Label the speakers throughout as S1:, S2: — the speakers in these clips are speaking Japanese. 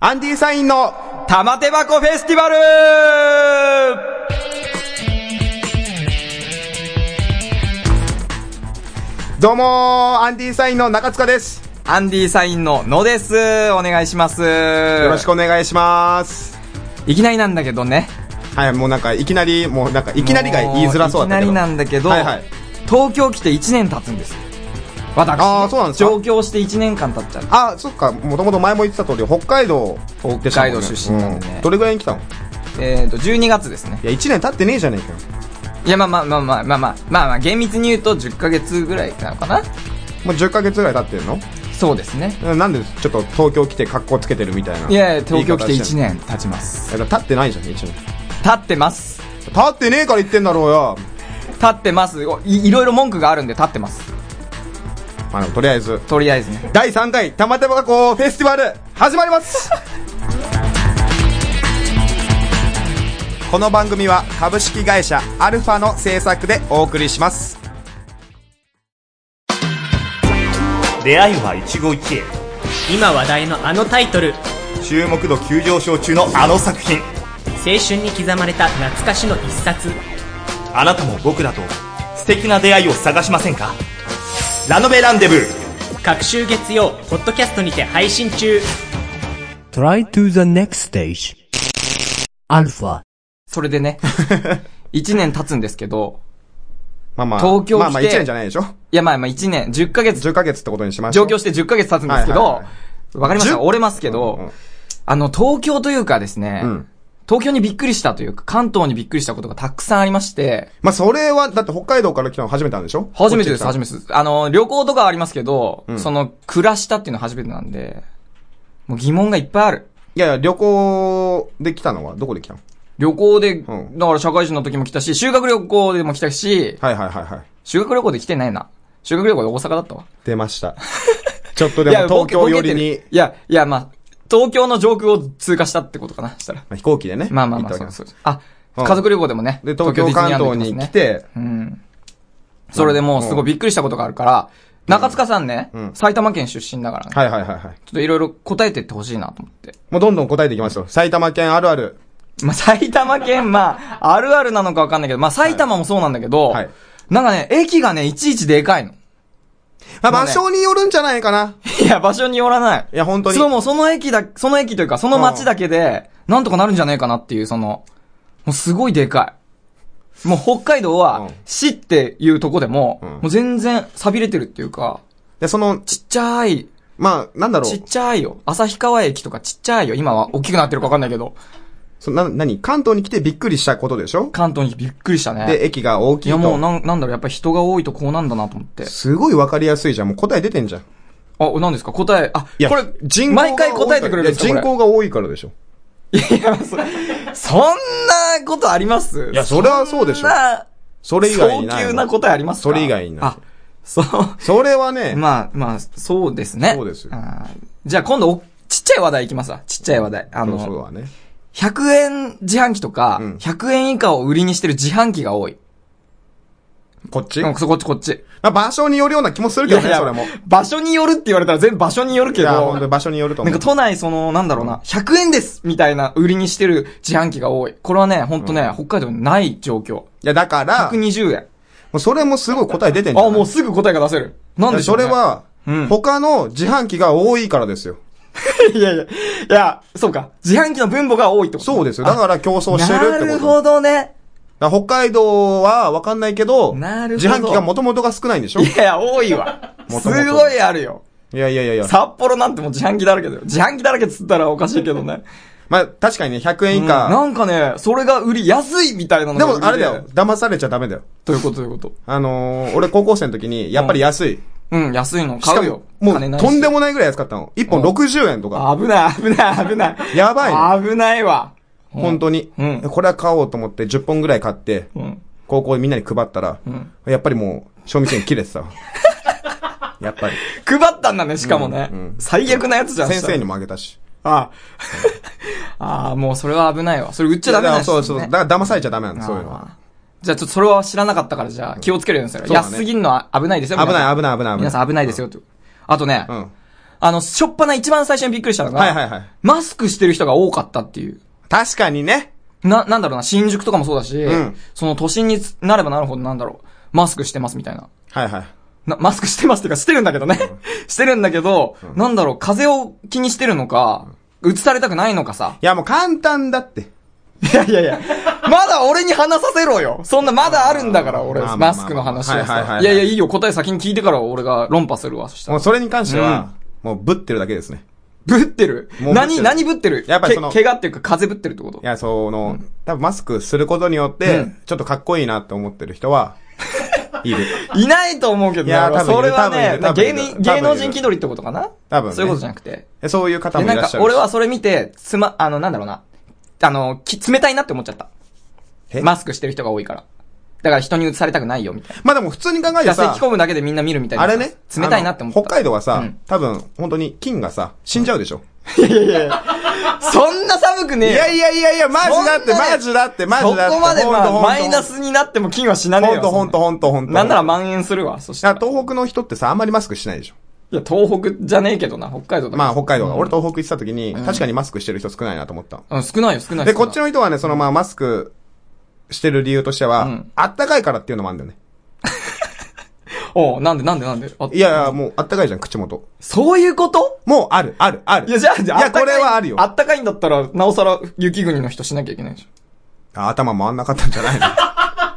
S1: アンディサインの
S2: 玉手箱フェスティバル
S1: どうもーアンディサインの中塚です。
S2: アンディサインの野です。お願いします。
S1: よろしくお願いします。
S2: いきなりなんだけどね。
S1: はい、もうなんかいきなり、もうなんかいきなりが言いづらそうだったけど。
S2: もいきなりなんだけど、
S1: はいはい。
S2: 東京来て1年経つんですよ。私、
S1: あーそうなんですか
S2: 上京して1年間経っちゃう。
S1: あ、そっか、もともと前も言ってた通り、北海道でしたもんね、
S2: 北海道出身なんでね
S1: うどれぐらいに来たのい
S2: えっ、と、12月ですね。
S1: や、1年経ってねえじゃねえかよ。
S2: いや、まあまあまあまあまあまあ、まあまあ、厳密に言うと10ヶ月ぐらいなのかな
S1: もう10ヶ月ぐらい経ってるの
S2: そうですね。
S1: うんなんでちょっと東京来て格好つけてるみたいな。
S2: いやいや、東京来て1
S1: い
S2: 年経ちます。
S1: や。だから経ってないじゃん、1年。
S2: 経ってます。
S1: 経ってねえから言ってんだろうよ。
S2: 経ってます。おいいろいろ文句があるんで経ってます。
S1: まあ、とりあえず、
S2: とりあえずね。
S1: 第3回玉手箱フェスティバル始まりますこの番組は株式会社アルファの制作でお送りします
S3: 出会いは一期一会
S4: 今話題のあのタイトル
S3: 注目度急上昇中のあの作品
S4: 青春に刻まれた懐かしの一冊
S3: あなたも僕らと素敵な出会いを探しませんかラノベランデブー
S4: 各週月曜ポッドキャストにて配信中
S5: Try to the next stage. Alpha.
S2: それで ね、1年経つんですけど、
S1: まあまあ
S2: 東京来て
S1: まあまあ1年じゃないでしょ
S2: いやまあまあ1年、10ヶ月、
S1: 10ヶ月ってことにしましょ
S2: 上
S1: う
S2: 京して10ヶ月経つんですけど、
S1: は
S2: わ、
S1: いはいはい
S2: かりました
S1: 10
S2: 折れますけど、
S1: うんうん
S2: あの、東京というかですね、
S1: うん
S2: 東京にびっくりしたというか、関東にびっくりしたことがたくさんありまして、
S1: まあそれはだって北海道から来たの初めてなんでしょ
S2: 初めてです、
S1: こっち
S2: 初
S1: 来
S2: めてです。あの、旅行とかはありますけど、その、暮らしたっていうのは初めてなんで、もう疑問がいっぱいある。
S1: たいやいや旅行で来たのはどこで来たの
S2: 旅行で、
S1: ん
S2: だから社会人の時も来たし、修学旅行でも来たし、
S1: はいはいはいはい
S2: 修学旅行で来てないな。修学旅行で大阪だったわ。
S1: 出ま したちょっとでも東京寄り
S2: いや
S1: に
S2: ボケてるいや、いや、まあ、東京の上空を通過したってことかな、したら。
S1: まあ飛行機でね
S2: まあまあま
S1: 行った
S2: あ、そ
S1: わ
S2: う
S1: け
S2: そう。あ、
S1: うん
S2: 家族旅行でもね。
S1: で東京
S2: ディズ
S1: 関
S2: ニーランド
S1: 東
S2: 行って
S1: に
S2: ます
S1: 来
S2: ね。
S1: て
S2: うん。それでもう、すごいびっくりしたことがあるから、中塚さんね、
S1: ん
S2: 埼玉県出身だからね、
S1: はいはいはいはい
S2: ちょっといろいろ答えてってほしいなと思って。
S1: もうどんどん答えていきますよ埼玉県あるある
S2: まあ、埼玉県、まあ、あるあるなのかわかんないけど、まあ、埼玉もそうなんだけど、
S1: はいはい
S2: なんかね、駅がね、いちいちでかいの。
S1: まあ、
S2: もう
S1: 場
S2: ね
S1: 所によるんじゃないかな。
S2: いや、場所によらない。
S1: いや本当に
S2: そう、もうその駅だ、その駅というか、その街だけで、なんとかなるんじゃねえかなっていう、その、もうすごいでかい。もう北海道
S1: う
S2: は
S1: ん、
S2: 市っていうとこでも、
S1: ん
S2: もう全然錆びれてるっていうか、
S1: で、その、
S2: ちっちゃい、
S1: まあ、なんだろ
S2: ちっ
S1: う。
S2: ちゃいよ。旭川駅とかちっちゃいよ。今は大きくなってるかわかんないけど、
S1: そな、なに、関東に来てびっくりしたことでしょ
S2: 関東にびっくりしたね。
S1: で、駅が大き
S2: い
S1: い
S2: やもう
S1: と。
S2: なん、なんだろう、やっぱ人が多いとこうなんだなと思って。
S1: すごいわかりやすいじゃん。もう答え出てんじゃん。
S2: あ、何ですか答え、あ、
S1: いや、
S2: これ、
S1: 人口が多い
S2: 毎回答えてくれるんですか
S1: いや人
S2: こ
S1: 口が多いからでしょ。
S2: れいや、そそんなことあります
S1: いや、それはそうでし
S2: そ
S1: ょ
S2: ん。な、
S1: それ以外にない。
S2: 早急な答えありますか
S1: それ以外にない
S2: あ、そう。
S1: それはね、
S2: まあ、まあ、そうですね。
S1: そうですよ
S2: あーじゃあ今度お、ちっちゃい話題いきますわ。ちっちゃい話題。あ
S1: そう
S2: の、
S1: そうだね。
S2: 100円自販機とか、
S1: うん
S2: 100円以下を売りにしてる自販機が多い。
S1: こっち、
S2: うん
S1: ま
S2: そこっちこっち。
S1: あ、場所によるような気もするけどね、それも。い
S2: 場所によるって言われたら全部場所によるけ
S1: や、
S2: ど
S1: ほん、と場所によると
S2: な
S1: 思
S2: ん
S1: う
S2: か。都内その、なんだろうな、100円ですみたいな売りにしてる自販機が多い。これはね、ほんとね、北海道にない状況。
S1: いや、だから、も
S2: 120円。
S1: うそれもすごい答え出てんじゃん。
S2: あ、もうすぐ答えが出せる。なんでしょ
S1: そう
S2: ね
S1: れは、
S2: うん
S1: 他の自販機が多いからですよ。
S2: いやいや、いや、そうか。自販機の分母が多いってこと
S1: そうですよ。だから競争
S2: あ
S1: してるってこと。
S2: なるほどね。
S1: だから北海道はわかんないけど、
S2: なるほ
S1: 自
S2: ど
S1: 販機が元々が少ないんでしょ
S2: い
S1: い
S2: やいや、多いわ。
S1: も
S2: す
S1: ともと
S2: ごいあるよ。
S1: やいやいやいや。
S2: 札幌なんてもう自販機だらけだよ。自販機だらけっつったらおかしいけどね。
S1: まあ確かにね、100円以
S2: な
S1: 下。
S2: んかね、それが売り、安いみたいなの
S1: で
S2: が売り
S1: もあれだよ、。騙されちゃダメだよ。
S2: ということ、ということ。
S1: あのー、俺高校生の時に、やっぱり安い。
S2: うん、安いの
S1: し
S2: 買
S1: か
S2: う
S1: も
S2: よ。、
S1: も
S2: 金な
S1: う
S2: いし
S1: とんでもないぐらい安かったの。1本
S2: うん
S1: 60円とか。
S2: 危ない、危ない、危ない。
S1: やばい
S2: 危ないわ。
S1: 本当に、
S2: うん
S1: これは買おうと思って10本ぐらい買って、
S2: うん。
S1: 高校でみんなに配ったら、
S2: ん
S1: やっぱりもう、賞味期限切れて たわ。やっぱり。
S2: 配ったんだね、しかもね。最悪なやつじゃん。
S1: 先生
S2: に。
S1: にもあげたし。
S2: ああ。ああ、もうそれは危ないわ。それ売っちゃダメ
S1: い
S2: な
S1: や
S2: ん
S1: だからそうそう。だから騙されちゃダメなの、そういうのは。
S2: あーじゃあちょっとそれは知らなかったから、じゃあ気をつけるようにする。
S1: そうだね
S2: 安すぎるのは危ないですよ。
S1: 危
S2: 皆さ
S1: ない
S2: ん
S1: 危ない危ない危ない。
S2: 皆さん危ないですよ、と。あとね、
S1: うん。
S2: あの、しょっぱな一番最初にびっくりしたのが、
S1: はいはいはい
S2: マスクしてる人が多かったっていう。
S1: 確かにね。
S2: な、なんだろうな、新宿とかもそうだし、
S1: ん
S2: その都心につなればなるほどなんだろう、マスクしてますみたいな。
S1: はいはい。
S2: な、マスクしてますっていうか、してるんだけどね。 してるんだけど、なんだろう、風邪を気にしてるのか、映されたくないのかさ。
S1: いやもう簡単だって。
S2: いやいやいや、まだ俺に話させろよ。そんな、まだあるんだから、俺、
S1: まあまあまあ
S2: マスクの話は
S1: はいはいはいは
S2: さ。
S1: い
S2: いやいや、いいよ、答え先に聞いてから俺が論破するわ、そした
S1: も
S2: ら
S1: う。それに関しては、もうぶってるだけですね。
S2: ぶってる
S1: もうぶって
S2: 何、
S1: る
S2: 何ぶってる
S1: やっぱりその
S2: け怪我っていうか、風ぶってるってこと
S1: いや、その、多分マスクすることによって、
S2: うん
S1: ちょっとかっこいいなって思ってる人 は、いる。
S2: いないと思うけど
S1: いや
S2: な
S1: 多分いる
S2: それはね、
S1: 多分い
S2: 芸
S1: る多分い
S2: 人、
S1: る
S2: 芸能人気取りってことかな
S1: 多分ね
S2: そういうことじゃなくて。
S1: えそういう方
S2: で、
S1: もい
S2: なん
S1: らっ
S2: か
S1: しゃるし。
S2: 俺はそれ見て、つま、あの、なんだろうな。あの、き、冷たいなって思っちゃった。
S1: え
S2: マスクしてる人が多いから。だから人に移されたくないよ、みたいな。
S1: まあでも普通に考えて
S2: だから
S1: さ
S2: 咳、込むだけでみんな見るみたいな。
S1: あれね。
S2: 冷たいなって思った。
S1: あの北海道はさ、
S2: うん
S1: 多分、本当に菌がさ、死んじゃうでしょ。
S2: そんな寒くねえ
S1: い
S2: よ
S1: やいやいやいや、マジだって、
S2: そんなね
S1: マジだって、マジだって。
S2: そこまで
S1: ほんとほ
S2: まあ、
S1: んと
S2: マイナスになっても金は死なねえ
S1: ほん
S2: よ。
S1: とほんと
S2: そ
S1: ほんとほん
S2: ん
S1: と。
S2: ななんなら
S1: い
S2: 蔓延するわ、そした
S1: や、
S2: ら。
S1: 東北の人ってさ、あんまりマスクしないでしょ。
S2: いや、東北じゃねえけどな、北海道だから
S1: まあ、北海道が。俺東北行ってた時に、確かにマスクしてる人少ないなと思ったの。
S2: うん、少ないよ、少ない。
S1: で、
S2: 少な
S1: こ
S2: い
S1: っちの人はね、そのまあマスクしてる理由として
S2: う
S1: は
S2: ん、
S1: あったかいからっていうのもあるんだよね。
S2: おうなんでなんでなんであ
S1: いやいや、もうあったかいじゃん、口元。
S2: そういうこと
S1: もうある、ある、ある。
S2: いや、じゃあ、じゃあ、
S1: い
S2: あ
S1: や、
S2: った
S1: こ
S2: か
S1: れはあるよ
S2: あ。ったかいんだったら、なおさら、雪国の人しなきゃいけないでしょ。
S1: あ頭回んなかったんじゃないの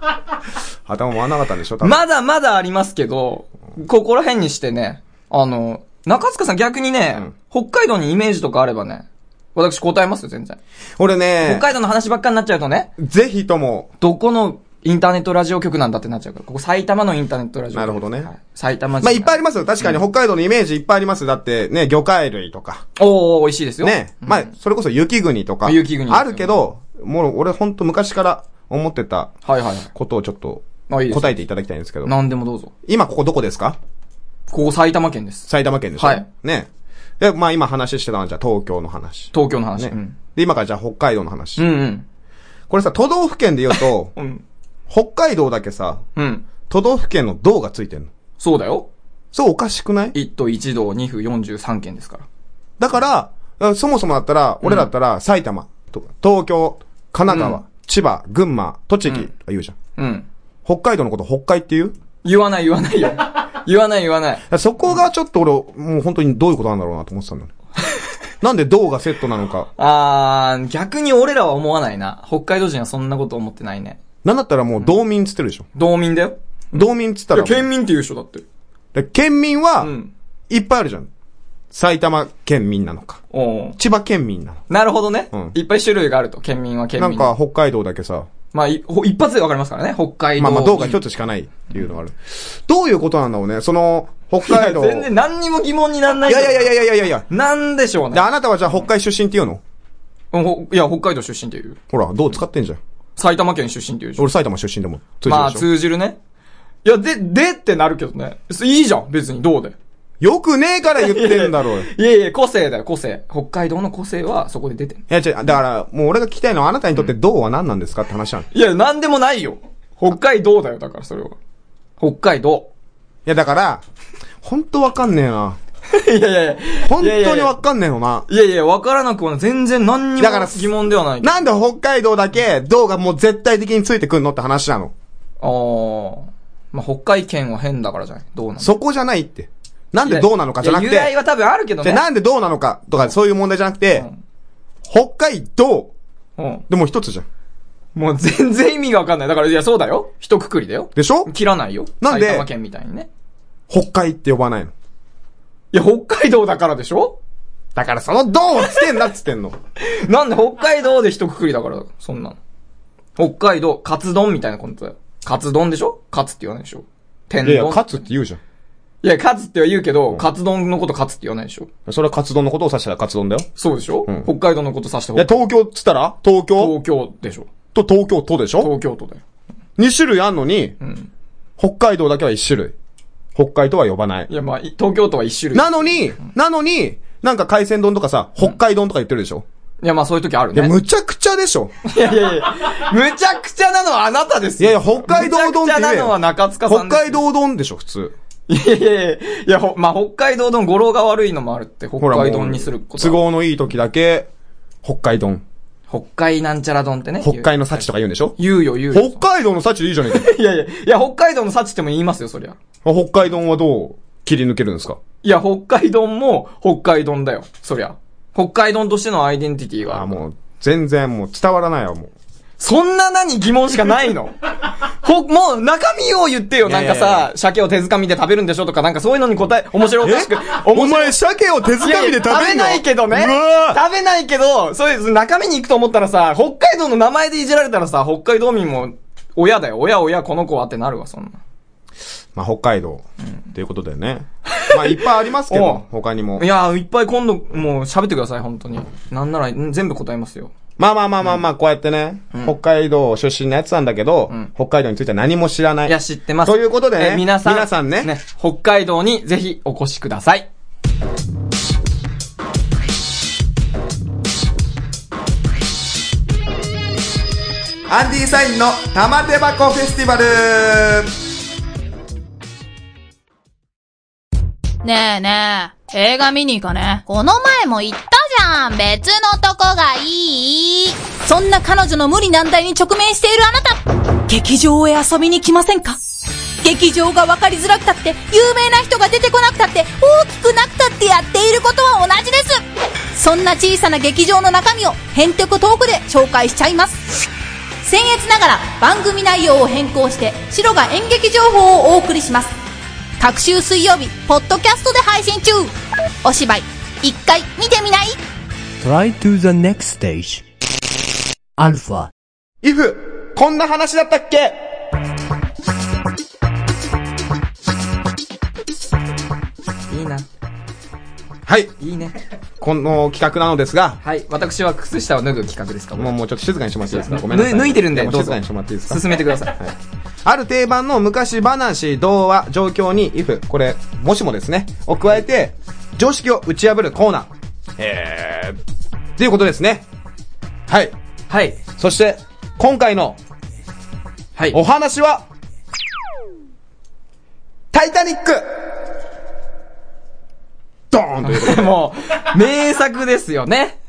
S1: 頭回んなかったんでしょ多分。
S2: まだまだありますけど、ここら辺にしてね、あの、中塚さん逆にね、北海道にイメージとかあればね、私答えますよ、全然。
S1: 俺ね
S2: 北、海道の話ばっかになっちゃうとね、
S1: ぜひとも、
S2: どこのインターネットラジオ局なんだってなっちゃうから、ここ埼玉のインターネットラジオ局
S1: なるほどね
S2: はい埼玉
S1: まあ、いっぱいあり
S2: ま
S1: ますよ。確かに北海道のイメージいっぱいあります。だってね、魚介類とか。
S2: す。おー、美味しいですよ。
S1: ね。まあ、それこそ雪国とか。
S2: 雪国ですよ
S1: あるけど、もう俺ほんと昔から思ってた
S2: はいはい。
S1: ことをちょっと
S2: あいいです
S1: 答えていただきたいんですけど。
S2: 何でもどうぞ。
S1: 今ここどこですか
S2: ここ埼玉県です。
S1: 埼玉県でしょ
S2: はい。
S1: ね。で、まあ今話してたのはじゃあ東京の話。
S2: 東京の話。
S1: ね
S2: うん。
S1: で、今からじゃあ北海道の話。
S2: うんうん。
S1: これさ、都道府県で言う と、
S2: うん。
S1: 北海道だけさ、
S2: うん。
S1: 都道府県の道がついてんの。
S2: そうだよ。
S1: そうおかしくない
S2: 一都一道二府四十三県ですから。
S1: だから、そもそもだったら、俺だったら埼玉とか、東京、神奈川、千葉、群馬、栃木、あ言うじゃん。
S2: うん。
S1: 北海道のこと北海って言うだか
S2: 言わない言わ ないよ。言わない言わない。
S1: らそこがちょっと俺、もう本当にどういうことなんだろうなと思ってたん だよね。なんで道がセットなのか。
S2: あー、逆に俺らは思わないな。北海道人はそんなこと思ってないね。
S1: なんだったらもう道民っつってるでしょ。
S2: 道民だよ。
S1: 道民っつったらもう、
S2: 民っていう人だって。
S1: で県民は
S2: う、ん。
S1: いっぱいあるじゃん。埼玉県民なのか。
S2: おー
S1: 千葉県民なのか。
S2: なるほどね、
S1: うん
S2: いっぱい種類があると。県民は県
S1: な
S2: 民。
S1: んか、北海道だけさ、
S2: まあ、いほ一発でわかりますからね。北海道。
S1: まあまあ道が一つしかないっていうのがある。どういうことなんだろうね。その、北海道。
S2: いや全然何にも疑問にならない
S1: い
S2: けど
S1: やいやいやいやいやいやいや。
S2: なんでしょう
S1: で、
S2: ね。
S1: あなたはじゃあ北海出身って言うの
S2: うんほいや、北海道出身っていう。
S1: ほら、どう使ってんじゃん。
S2: 埼玉県出身っていうでしょ
S1: 俺埼玉出身でもん。通じ
S2: ま
S1: る
S2: あ、
S1: でしょ。
S2: 通じるね。いや、で、でってなるけどね。すいいじゃん、別に、どうで。
S1: よくねえから言ってんだ ろうよ。い
S2: いやいや、個性だよ、個性。北海道の個性はそこで出てる。
S1: や、違う、だから、もう俺が聞きたいのはあなたにとってどうは何なんですかって話なの。い
S2: いや、なんでもないよ。北海道だよ、だからそれは。北海道。
S1: や、だから、ほんとわかんねえな。
S2: いやいやいや。
S1: ほんとにわ
S2: わ
S1: かんねえのな。
S2: いやいや、わからなくはない。全然何にも
S1: だから
S2: 疑問ではない。あ
S1: なんで北海道だけ、道がもう絶対的についてくんのって話なの。
S2: あー。まあ、北海圏は変だからじゃない。どうなの
S1: そこじゃないって。なんでどうなのかじゃなく
S2: いや由来
S1: て、
S2: は多分あるけど
S1: じゃ
S2: ね。
S1: あなんでどうなのかとかそういう問題じゃなくて
S2: ん、
S1: 北海道、
S2: うん。
S1: でも一つじゃん。
S2: もう全然意味がわかんない。だから、いや、そうだよ。一括りだよ。
S1: でしょ
S2: 切らないよ。
S1: なんで
S2: 埼玉県みたいにね。
S1: 北海って呼ばないの。
S2: いや、北海道だからでしょ
S1: だからその道をつけんなっつってんの。
S2: なんで北海道で一括りだから、そんなの。北海道、カツ丼みたいなことだよ。カツ丼でしょカツって言わないでしょ天
S1: いや
S2: 丼。
S1: いや、カツって言うじゃん。
S2: いや、カツっては言うけど、カツ丼のことカツって言わないでしょ
S1: それはカツ丼のことを指したらカツ丼だよ。
S2: そうでしょ、
S1: ん
S2: 北海道のこと指して
S1: いや、
S2: 北
S1: 東京っつったら東京
S2: 東京でしょ
S1: と東京都でしょ
S2: 東京都だよ。
S1: ?2 種類あんのに、北海道だけは1種類。北海とは呼ばない
S2: い。や、まあ、い東京都は一種類。
S1: なのに、なのに、なんか海鮮丼とかさ、北海丼とか言ってるでしょ
S2: いや、まあそういう時ある
S1: いや、
S2: ね。
S1: むちゃくちゃでしょ
S2: いやいやいや、むちゃくちゃなのはあなたです
S1: いや
S2: よ。
S1: いや、北海道丼って
S2: むちゃくちゃ
S1: 言え
S2: なのは
S1: よ。
S2: 中塚さ
S1: 北
S2: んですよ
S1: 海道丼でしょ、普通。
S2: いやいやいや、いや、ほ、まあ、北海道丼語呂が悪いのもあるって、北
S1: ほら、
S2: 海
S1: もう
S2: 丼にすること
S1: 都
S2: は。
S1: 合のいい時だけ、北海丼。
S2: 北海なんちゃら丼ってね。
S1: 北海の幸とか言うんでしょ
S2: 言うよ、言うよ。
S1: 北海道の幸でいいじゃねえか。
S2: いやいや、いや、北海道の幸っても言いますよ、そりゃ。
S1: 北海道はどう切り抜けるんですか
S2: いや、北海道も北海道だよ、そりゃ。北海道としてのアイデンティティが
S1: あ
S2: あ
S1: ー
S2: る。
S1: もう、全然もう伝わらないわ、もう。
S2: そんな何疑問しかないのほ、もう中身を言ってよ。
S3: いや
S2: ないん
S3: や
S2: か
S3: いや
S2: さ、鮭を手づかみで食べるんでしょとか、なんかそういうのに答え、面白おかしく。
S1: お前、鮭を手づ
S2: いやいや食べないけどね。食べないけど、そういう中身に行くと思ったらさ、北海道の名前でいじられたらさ、北海道民も、親だよ。親親この子はってなるわ、そんな。
S1: まあ、北海道。っていうことだよね。まあ、いっぱいありますけ
S2: おう
S1: ど、他にも
S2: い。やー、いっぱい今度、もう喋ってください、本当に。なんなら、ん全部答えますよ。
S1: まあまあまあまあまあ、こうやってね、北海道出身のやつなんだけど、北海道については何も知らない。
S2: いや、知ってます。
S1: ということでね
S2: え皆さん。
S1: 皆さんね
S2: 北海道にぜひお越しください。
S1: アンディサインの玉手箱フェスティバル
S6: ねえねえ、映画見に行かね。この前も言ったじゃん別のとこがいいそんな彼女の無理難題に直面しているあなた劇場へ遊びに来ませんか劇場が分かりづらくたって、有名な人が出てこなくたって、大きくなくたってやっていることは同じですそんな小さな劇場の中身を、ヘンテコトークで紹介しちゃいます僭越ながら番組内容を変更して、白が演劇情報をお送りします。各週水曜日、ポッドキャストで配信中お芝居、一回見てみない
S5: Try to the next stage. Alpha.
S1: イフこんな話だったっけ
S2: いいな。
S1: はい。
S2: いいね。
S1: この企画なのですが、
S2: はい。私は靴下を脱ぐ企画ですか
S1: もう
S2: ら。
S1: もうちょっと静かにしてもらっていいですか
S2: 脱
S1: ごめんなさい。
S2: 脱いでるんで、
S1: もう
S2: どう
S1: 静
S2: ぞ
S1: かにしてもらっていいですか
S2: 進めてください。
S1: ある定番の昔話、童話、状況に、if、これ、もしもですね、を加えて、常識を打ち破るコーナー。えー、っていうことですね。はい。
S2: はい。
S1: そして、今回の
S2: はい。
S1: お話は、タイタニックドーンということで。
S2: もう、名作ですよね。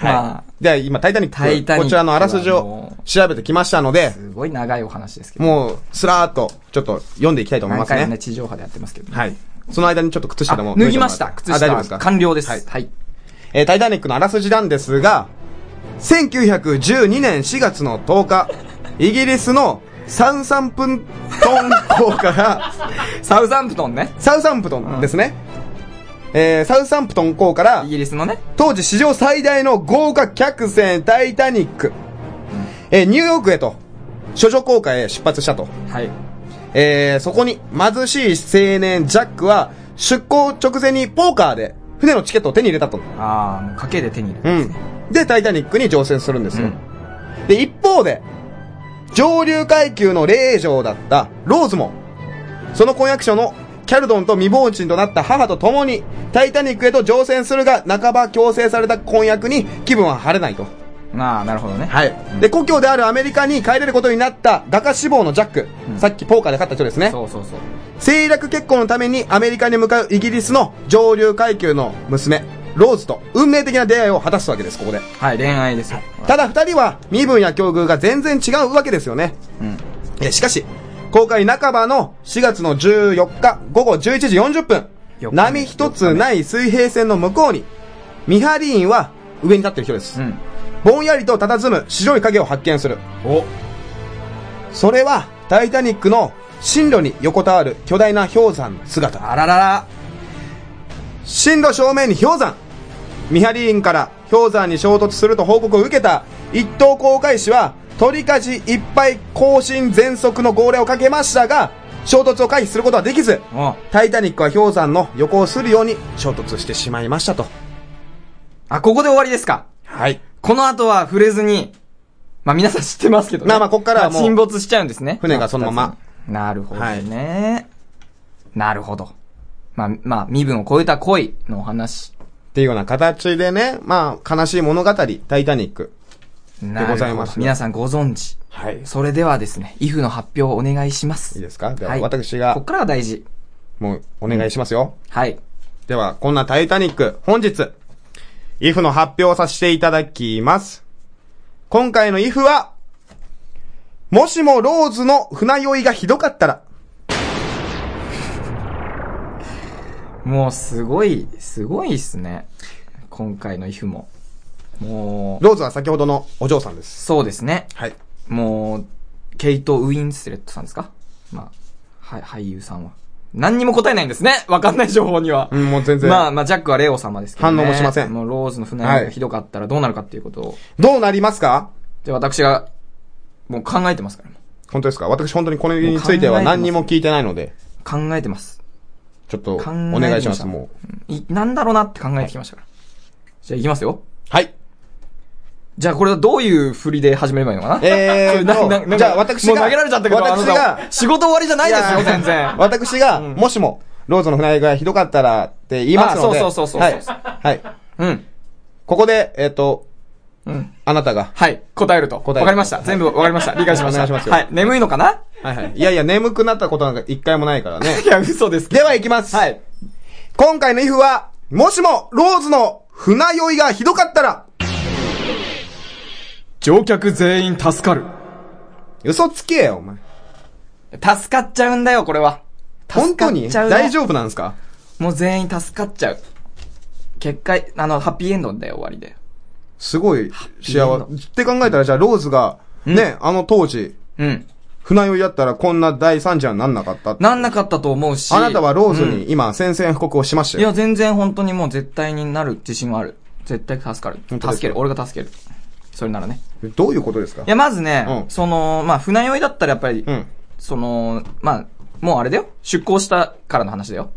S2: まあ、
S1: では今、タイタニ
S2: タイ
S1: ッ
S2: タ
S1: ク、こ
S2: ニックは
S1: ちらのあらすじを
S2: もう
S1: 調べてきましたので、
S2: すごい長いお話ですけど。
S1: もう、すらーっと、ちょっと読んでいきたいと思い
S2: 何
S1: ます
S2: 回も
S1: ね
S2: ね、。地上波でやってますけどね。
S1: はい。その間にちょっと靴
S2: あ
S1: 下でも。
S2: 脱ぎました。靴
S1: あ、大丈夫です
S2: 下。
S1: か
S2: 完了です。
S1: はい。
S2: はい。
S1: えータイタニックのあらすじなんですが、1912年4月の10日、イギリスのサウサンプントン港から、
S2: サウザンプトンね。
S1: サウサンプトンですね。えーサウサンプトン港から
S2: イ、ギリスのね。
S1: 当時史上最大の豪華客船タイタニック、えーニューヨークへと、処女航海へ出発したと。
S2: はい。
S1: えーそこに貧しい青年ジャックは出港直前にポーカーで船のチケットを手に入れたと。
S2: ああ、もう賭けで手に入
S1: う
S2: れ
S1: ん。で、タイタニックに乗船するんです
S2: る。う
S1: よ。
S2: ん。
S1: で、一方で、上流階級の霊嬢だったローズも、その婚約者のキャルドンと未亡人となった母と共に、タイタニックへと乗船するが、半ば強制された婚約に気分は晴れないと。
S2: ああ、なるほどね。
S1: はい。で、故郷であるアメリカに帰れることになった画家志望のジャック。
S2: うん
S1: さっきポーカーで勝った人ですね。
S2: そうそうそう。
S1: 政略結婚のためにアメリカに向かうイギリスの上流階級の娘、ローズと運命的な出会いを果たすわけです、ここで。
S2: はい、恋愛ですよ。
S1: ただ二人は身分や境遇が全然違うわけですよね。
S2: うん。
S1: えしかし、公開半ばの4月の14日午後11時40分、
S2: よっ
S1: 波一つない水平線の向こうに、ミハリーンは上に立ってる人です。
S2: うん。
S1: ぼんやりと佇む白い影を発見する。
S2: お、
S1: それは、タイタニックの進路に横たわる巨大な氷山の姿。
S2: あららら。
S1: 進路正面に氷山ミハリーンから氷山に衝突すると報告を受けた一等航海士は取りかじいっぱい更新全速の号令をかけましたが衝突を回避することはできず
S2: お、
S1: タイタニックは氷山の横をするように衝突してしまいましたと
S2: あ、ここで終わりですか
S1: はい
S2: この後は触れずに、まあ皆さん知ってますけどね。
S1: まあまあこっからはもう
S2: まあ沈没しちゃうんですね。
S1: 船がそのまま
S2: あ。二つなるほどね。なるほど。まあ、まあ、身分を超えた恋のお話。
S1: っていうような形でねまあ悲しい物語タイタニック
S2: なるほど
S1: ございます
S2: 皆さんご存知。
S1: はいい
S2: それではですね、イフの発表をお願いしま
S1: い
S2: す。
S1: ですかでは
S2: はい
S1: 私
S2: こ
S1: が
S2: っからが大事。
S1: もう、お願いしますよ。
S2: はい。
S1: では、こんなタイタニック、本日、IF の発表をさせていただきます。今回の IF は、もしもローズの船酔いがひどかったら、
S2: もうすごい、すごいっすね。今回の if も。もう、
S1: ローズは先ほどのお嬢さんです。
S2: そうですね。
S1: はい。
S2: もう、ケイト・ウィンスレットさんですかまあ、はい、俳優さんは。何にも答えないんですね。わかんない情報には。
S1: うん、もう全然。
S2: まあ、まあ、ジャックはレオ様ですけど、ね。
S1: 反応もしません
S2: もう、ローズの船酔いがひどかったらどうなるかっていうことを。
S1: どうなりますか
S2: で、私が、もう考えてますから。
S1: 本当ですか私本当にこれについては何にも聞いてないので、
S2: 考えてます。
S1: ちょっとお
S2: 考え
S1: 願いします、
S2: ました
S1: もう。
S2: い、なんだろうなって考えてきましたから。じゃあ、いきますよ。
S1: はい。
S2: じゃあ、これはどういう振りで始めればいいのかな
S1: えー
S2: なな
S1: と
S2: なんか
S1: じゃあ私が、
S2: もう投げられちゃったけど、
S1: 私
S2: あな
S1: が
S2: た、仕事終わりじゃないですよ、
S1: いや
S2: 全然。
S1: 私が、もしも、ローズの船酔いがひどかったらって言いますので。
S2: あそうそうそうそう
S1: はい。はい。
S2: うん。
S1: ここで、えっ、と、
S2: うん。
S1: あなたが。
S2: はい、答えると。わ
S1: 答えると
S2: かりました。全部わかり ました。理解しまし
S1: お願
S2: た。
S1: いしますよ
S2: はい、眠いのかな
S1: はいはい。いやいや、眠くなったことなんか一回もないからね。
S2: いや、嘘です け
S1: では行きます。
S2: ど。はい。
S1: 今回の if は、もしも、ローズの船酔いがひどかったら、
S2: 乗客全員助かる。
S1: 嘘つけよ、お前。
S2: 助かっちゃうんだよ、これは。
S1: 本当に
S2: 助かっちゃうね
S1: 大丈夫なんですか
S2: もう全員助かっちゃう。結果、あの、ハッピーエンドだよ、終わりで。
S1: すごい幸
S2: い
S1: せ。って考えたら、じゃあ、ローズが、ね、あの当時、
S2: うん。
S1: 船酔いだったらこんな大惨事はなんなかったって
S2: なんなかったと思うし。
S1: あなたはローズ
S2: うん
S1: に今、宣戦布告をしました
S2: いや、
S1: よ。
S2: 全然本当にもう絶対になる自信はある。絶対助かる。
S1: 本当ですか
S2: 助ける。俺が助ける。それならね。
S1: どういうことですか
S2: いや、まずね、
S1: うん
S2: その、まあ、船酔いだったらやっぱり、
S1: うん。
S2: その、まあ、もうあれだよ。出航したからの話だよ。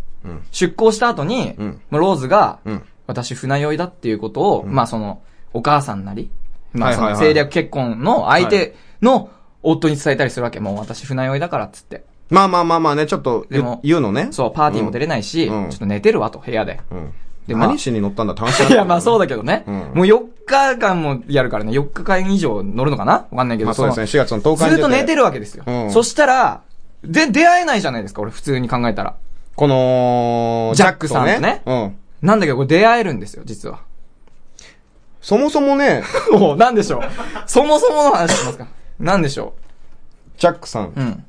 S2: 出航した後に、
S1: うん
S2: まあローズが、
S1: うん
S2: 私船酔いだっていうことを、まあその、お母さんなり、まあそ
S1: はいは
S2: の
S1: いはい
S2: 政略結婚の相手の夫に伝えたりするわけ。もう私船酔いだからっつって。
S1: まあまあまあまあね、ちょっと
S2: で
S1: 言
S2: も
S1: 言うのね。
S2: そう、パーティーも出れないし、
S1: うんうん
S2: ちょっと寝てるわと、部屋で。
S1: うん。
S2: で
S1: で、
S2: まあ
S1: 何しに乗ったんだ楽しかった
S2: いや、まあそうだけどね。
S1: うん
S2: もう4日間もやるからね、4日間以上乗るのかなわかんないけど、
S1: まあそうですね、4月の10日に
S2: ずっと寝て
S1: る。
S2: るわけですよ。
S1: うん
S2: そしたら、で、出会えないじゃないですか、俺普通に考えたら。
S1: この、
S2: ジャックさんとね
S1: ジャックとうん。
S2: なんだけど、これ出会えるんですよ、実は。
S1: そもそもね、
S2: おうなんでしょう。そもそもの話しますか。なんでしょ
S1: ジャックさ、
S2: う。うんん。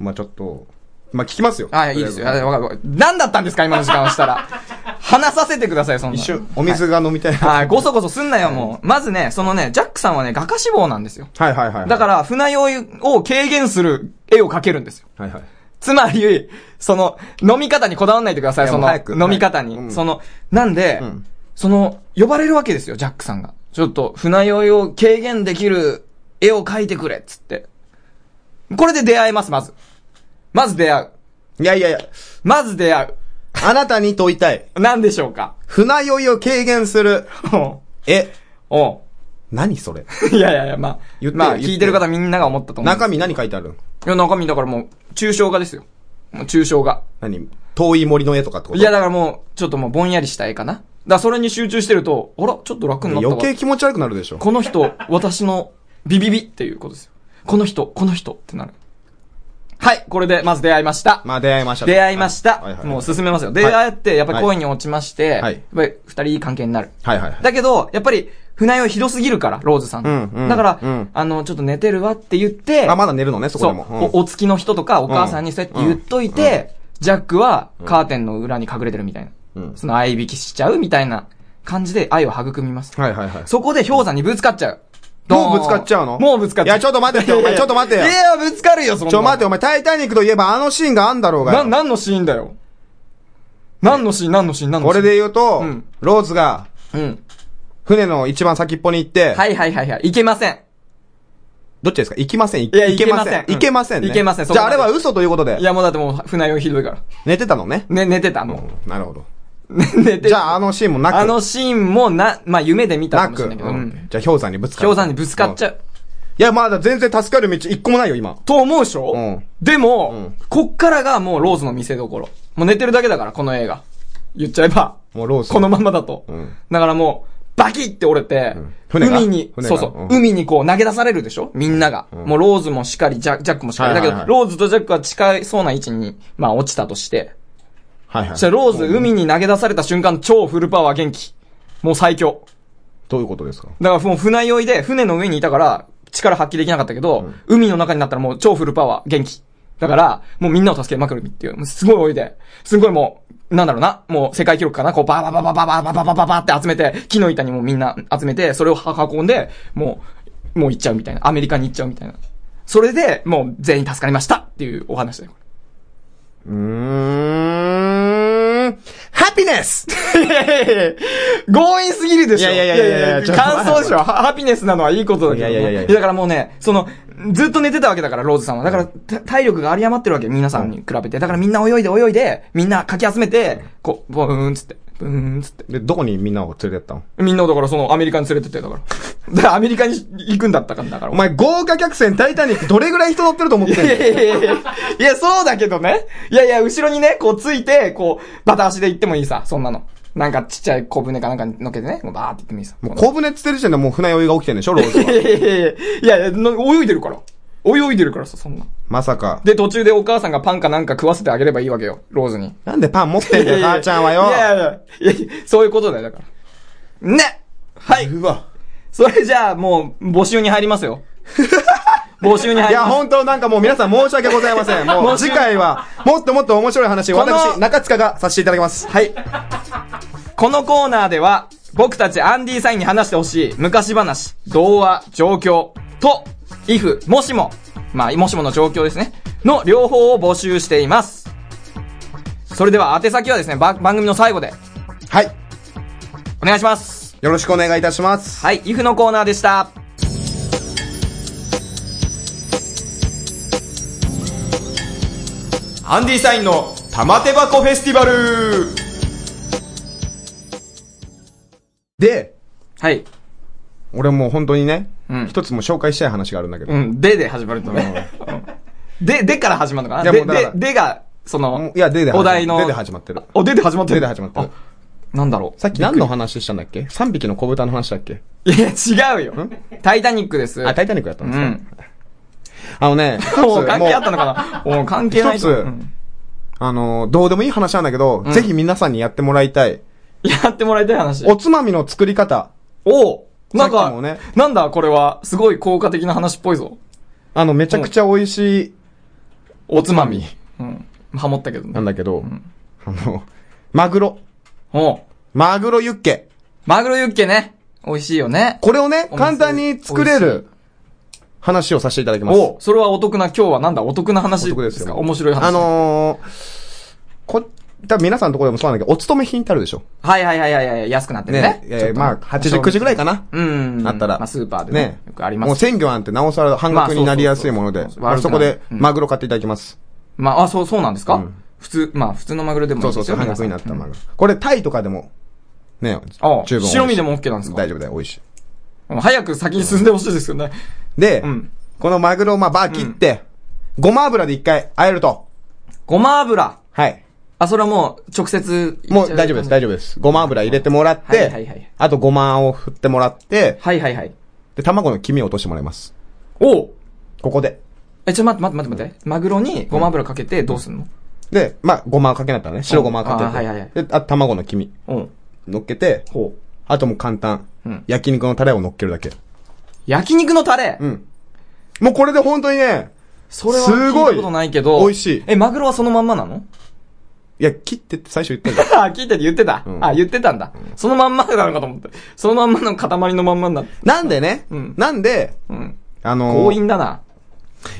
S1: まあちょっと、まあ聞きますよ。
S2: あ、いいですよ。あわかるわかる。何だったんですか、今の時間をしたら。話させてください、そんな。
S1: 一瞬、お水が飲みたいな。
S2: はい、ごそごそすんなよ、もう。まずね、そのね、ジャックさんはね、画家志望なんですよ。
S1: はいはいはい。
S2: だから、船酔いを軽減する絵を描けるんですよ。
S1: ら、はいはい。
S2: つまり、その、飲み方にこだわらないでください、
S1: いやも
S2: そ
S1: う
S2: の
S1: 早、く
S2: 飲み方
S1: はいう
S2: に。
S1: ん
S2: その、なんで
S1: うん、
S2: その、呼ばれるわけですよ、ジャックさんが。ちょっと、船酔いを軽減できる絵を描いてくれ、つって。これで出会えます、まず。まず出会う。
S1: いやいやいや、
S2: まず出会
S1: あなたに問いたい。
S2: う。なんでしょうか
S1: 船酔いを軽減する。
S2: おう
S1: え、
S2: お
S1: 何 それ
S2: ういやいやいや、まあ
S1: 言っ、てよ
S2: ま
S1: 言
S2: あ、
S1: ってよ
S2: 聞いてる方みんなが思ったと思う。
S1: 中身何書いてあるの
S2: いや、中身だからもう、抽象画ですよ。もう抽象画。
S1: 何遠い森の絵とかってこと
S2: い
S1: い
S2: や、だからもう、ちょっともうぼんやりした絵かな。だからそれに集中してると、あら、ちょっと楽になったわ。
S1: 余計気持ち悪くなるでしょ。
S2: この人、私のビビビっていうことですよ。この人、この人ってなる。はい、これでまず出会いました。
S1: まあ出会いました。
S2: 出会いました。
S1: はいはい
S2: もう進めますよ。出会って、やっぱり恋に落ちまして、
S1: はい
S2: やっぱり二人いい関係になる。
S1: はいはいはい。
S2: だけど、やっぱり、船酔いひどすぎるから、ローズさんの。
S1: うんうん
S2: だから、
S1: うん
S2: あの、ちょっと寝てるわって言って、
S1: あ、まだ寝るのね、そこで
S2: そう
S1: も。、
S2: お、お付きの人とかお母さんにそうやって言っといて、ジャックはカーテンの裏に隠れてるみたいな。
S1: うん
S2: その相引きしちゃうみたいな感じで愛を育みます。
S1: はいはいはい。
S2: そこで氷山にぶつかっちゃう。
S1: もうぶつかっちゃうの
S2: もうぶつかっちゃう。
S1: いやちょっと待ってよお前ちょっと待ってよ
S2: いや、ぶつかるよ、そんなの。
S1: ちょ、待って、お前、タイタニックといえばあのシーンがあんだろうがよ。
S2: な、何のシーンだよ。何のシーン、何のシーン、何の
S1: こ
S2: シー
S1: れ
S2: ン。
S1: で言うと、
S2: うん
S1: ローズが、
S2: うん。
S1: 船の一番先っぽに行って、
S2: はいはいはいはい。いけません。
S1: どっちですか行きません。い
S2: いや
S1: 行けません。
S2: 行
S1: 行
S2: け
S1: け
S2: ま
S1: ま
S2: せ
S1: せ
S2: ん
S1: ん、
S2: うん
S1: ね。
S2: 行けませんそ
S1: じ
S2: こ
S1: ゃあ、
S2: ま
S1: あ
S2: で
S1: れは嘘ということで
S2: い、や、もうだってもう船酔いひどいから。
S1: 寝てたのね。
S2: ね、寝てた、も
S1: なるほど。
S2: う。ね 寝てた
S1: じゃあ、あのシーンもなく。
S2: あのシーンもな、まあ夢で見たか
S1: な
S2: もし
S1: く、
S2: れないけど。
S1: う
S2: うんん
S1: じゃあ、氷山にぶつかる。
S2: 氷山にぶつかっちゃ
S1: うん。
S2: う。
S1: いや、まだ全然助かる道一個もないよ、今。
S2: と思うでしょ
S1: うん
S2: でも、
S1: うん
S2: こっからがもうローズの見せ所。もう寝てるだけだから、この映画。言っちゃえば。
S1: もうローズ。
S2: このままだと。
S1: うん
S2: だからもう、バキって折れて、
S1: ん船が
S2: 海に、
S1: 船
S2: そ
S1: が
S2: うそう、
S1: うん
S2: 海にこう投げ出されるでしょみんなが、もうローズもしかり、ジャジャックもしかり。
S1: はいはいはい
S2: だけど、ローズとジャックは近いそうな位置に、まあ落ちたとして、
S1: はいはい
S2: そしたらローズ、海に投げ出された瞬間、超フルパワー元気。もう最強。
S1: どういうことですか
S2: だからもう船酔いで、船の上にいたから、力発揮できなかったけど、海の中になったらもう超フルパワー、元気。だから、もうみんなを助けまくるっていう、もうすごい泳いで、すごいもう、なんだろうな、もう世界記録かな、こうバーバーバーバーバーバーバーバーバーバーって集めて、木の板にもみんな集めて、それを運んで、もう、もう行っちゃうみたいな。アメリカに行っちゃうみたいな。それで、もう全員助かりましたっていうお話だよ。
S1: うーん。ハピネス
S2: 強引すぎるでしょ。
S1: いやいやいやいやちょっと
S2: 感想でしょ。はハピネスなのはいいことだけど。
S1: いやいやいやいや
S2: だからもうね、その、ずっと寝てたわけだから、ローズさんは。だから、た体力が有り余ってるわけ、皆さんに比べて。だからみんな泳いで泳いで、みんなかき集めて、こう、ブーンつって、ブーンつって。
S1: で、どこにみんなを連れてったの
S2: みんなをだからそのアメリカに連れてって、だから。だ からアメリカに行くんだったから、だから。
S1: お 前、豪華客船タイタニックどれぐらい人乗ってると思ってん
S2: い
S1: の
S2: やいやいやいや。いや、そうだけどね。いやいや、後ろにね、こうついて、こう、バタ足で行ってもいいさ、そんなの。なんかちっちゃい小舟かなんかに乗っけてね、こうバーって行ってもいいさ。
S1: もう小舟って言ってる時点でもう船酔いが起きてんでしょ、ローズは。
S2: いやいやいやいやいや、な泳いでるから。泳いでるからさ、そんな。
S1: まさか。
S2: で、途中でお母さんがパンかなんか食わせてあげればいいわけよ、ローズに。
S1: なんでパン持ってんだよ、母ちゃんはい
S2: やい
S1: よ。
S2: やいやいや、そういうことだよ、だから。ねはい。
S1: うわ。
S2: それじゃあ、もう、募集に入り ますよ。募集に入
S1: い
S2: り
S1: や、
S2: ます。
S1: 本当なんかもう皆さん申し訳ございません。もう次回は、もっともっと面白い話を
S2: この
S1: 私、中塚がさせていただきます。
S2: はい。このコーナーでは、僕たちアンディさんに話してほしい昔話、童話、状況と、if、もしも、まあ、もしもの状況ですね、の両方を募集しています。それでは、宛先はですね、ば番組の最後で、
S1: はい。
S2: お願いします。
S1: よろしくお願いいたします。
S2: はい、if のコーナーでした。
S3: アンディサインの玉手箱フェスティバル
S1: で、
S2: はい。
S1: 俺もう本当にね
S2: うん、
S1: 一つもう紹介したい話があるんだけど
S2: う。ん、でで始まるとね。で、でから始まるのか
S1: いや
S2: なで、
S1: もうだか
S2: で
S1: ら、
S2: でが、そ
S1: うん
S2: の、
S1: いや、でで始まる
S2: お題の。
S1: でで始まってる。
S2: お、でで始まって
S1: で
S2: る
S1: で始まってる。
S2: あなんだろう。
S1: さっき何の話したんだっけ ?3 匹の小豚の話だっけ
S2: いや、違うよ。タイタニックです。
S1: あ、タイタニックやった
S2: うん
S1: です
S2: ん。
S1: あのね、一つ、
S2: もう関係あった
S1: も
S2: の
S1: う
S2: かなもう関係ないと
S1: 一つ
S2: うん
S1: あのー、どうでもいい話なんだけど、
S2: ん
S1: ぜひ皆さんにやってもらいたい。
S2: やってもらいたい話。
S1: おつまみの作り方。
S2: おうなん
S1: さっ
S2: か
S1: きもね、
S2: なんだこれは、すごい効果的な話っぽいぞ。
S1: あの、めちゃくちゃ美味しい、
S2: おつまみ。うん。ハモったけど
S1: な
S2: ね
S1: ん。だけど、あの、マグロ。
S2: おう
S1: マグロユッケ。
S2: マグロユッケね。美味しいよね。
S1: これをね
S2: お、店
S1: 簡単に作れる話をさせていただきます。
S2: おうそれはお得な、今日はなんだお得な話
S1: お得
S2: ですか面白い話。
S1: あ、のー、こ、多分皆さんのところでもそうなんだけど、お勤め品ってあるでしょ
S2: はいはいはいはいはい、安くなってる
S1: ね
S2: ね。
S1: え
S2: ちょ
S1: ー
S2: っと
S1: まあ、80、90ぐらいかな。
S2: うん。
S1: あったら。
S2: まあ、スーパーでね。よくあります。
S1: もう鮮魚なんてなおさら半額になりやすいもの
S2: ま
S1: で
S2: あそうそうそう、そう
S1: まあ
S2: 悪く
S1: そ
S2: な
S1: こ
S2: い
S1: で
S2: うん
S1: マグロ買っていただきます。
S2: まあ、あ、そう、そうなんですか、
S1: うん
S2: 普通、まあ、普通のマグロでもいい
S1: そう
S2: です
S1: そう
S2: よ
S1: そう、半額になっ
S2: 皆
S1: た
S2: さん
S1: マグロ。これタイとかでも、ね、
S2: ああ
S1: 十分美味しい
S2: 白身でも OK なんですか
S1: 大丈夫だよ、美味しい。
S2: うん早く先に進んでほしいですよね。
S1: で
S2: うん、
S1: このマグロをまあバー切って、ごま油で一回和えると。
S2: ごま油。
S1: はい。
S2: あ、それはもう、直接。
S1: もう大丈夫です、大丈夫です。ごま油入れてもらっ
S2: はいはいはい
S1: て、あとごまを振ってもらって、
S2: はいはいはい。
S1: で、卵の黄身を落としてもらいます。
S2: おう
S1: ここで。
S2: え、ちょ、待って待って待って待って。マグロにごま油かけてどうすんの
S1: で、まあ、ごまをかけなったらね、白ごまをか
S2: うんあはいはいは
S1: けて。
S2: い
S1: で、あと卵の黄身。
S2: うん。
S1: 乗っけて、
S2: ほう。
S1: あともう簡単。
S2: うん
S1: 焼肉のタレを乗っけるだけ。
S2: 焼肉のタレ
S1: うん。もうこれで本当にね、
S2: それは
S1: すごい
S2: 聞いたことないけど。
S1: 美味しい
S2: え、マグロはそのまんま なの。
S1: いや、切ってって最初言ったじゃん
S2: あ、聞いてて言ってた。
S1: ん
S2: あ、言ってたんだ。そのまんまなのかと思って。そのまんまの塊のまんま になって。
S1: なんでね、
S2: うん
S1: なんで、
S2: うん。
S1: あの
S2: 強
S1: ー
S2: 引だな。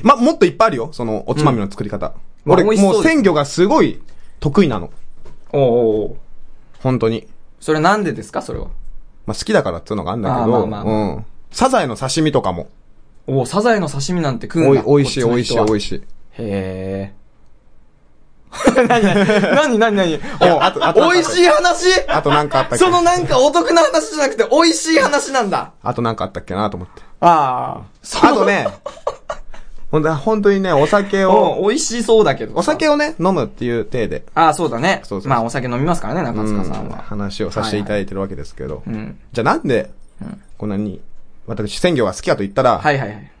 S1: ま、もっといっぱいあるよ、その、おつまみの作り方。
S2: うん
S1: 俺、
S2: まあ美味しそう
S1: もう鮮魚がすごい得意なの。
S2: おうおうおう
S1: 本当に。
S2: それなんでですかそれは。
S1: まあ、好きだからっていうのがあるんだけ
S2: まあ
S1: ど、
S2: まあまあま
S1: うん。サザエの刺身とかも。
S2: おうサザエの刺身なんて食うん
S1: お
S2: だ
S1: い、。美味しい、美
S2: こっ
S1: 味
S2: ち
S1: しい、
S2: の人は
S1: 美味しい。
S2: へえ。なになになになに
S1: やあとあと
S2: お美味しい話
S1: あとなんかあったっけ
S2: そのなんかお得な話じゃなくて美味しい話なんだ。
S1: あとなんかあったっけなと思って。
S2: あ
S1: あとね、 ほんと本当にね、お酒
S2: あ。
S1: を、
S2: うん、美味しそうだけど。
S1: お酒をね、飲むっていう体で、
S2: ああ、そうだね。
S1: そうそうそう
S2: まあお酒飲みますからね、中
S1: うん
S2: 塚さんは。
S1: 話をさせていただいてるわけですけど。
S2: うん。
S1: じゃあなんで、こんなに、私、鮮魚が好きかと言った
S2: は
S1: ら、
S2: いはいはい。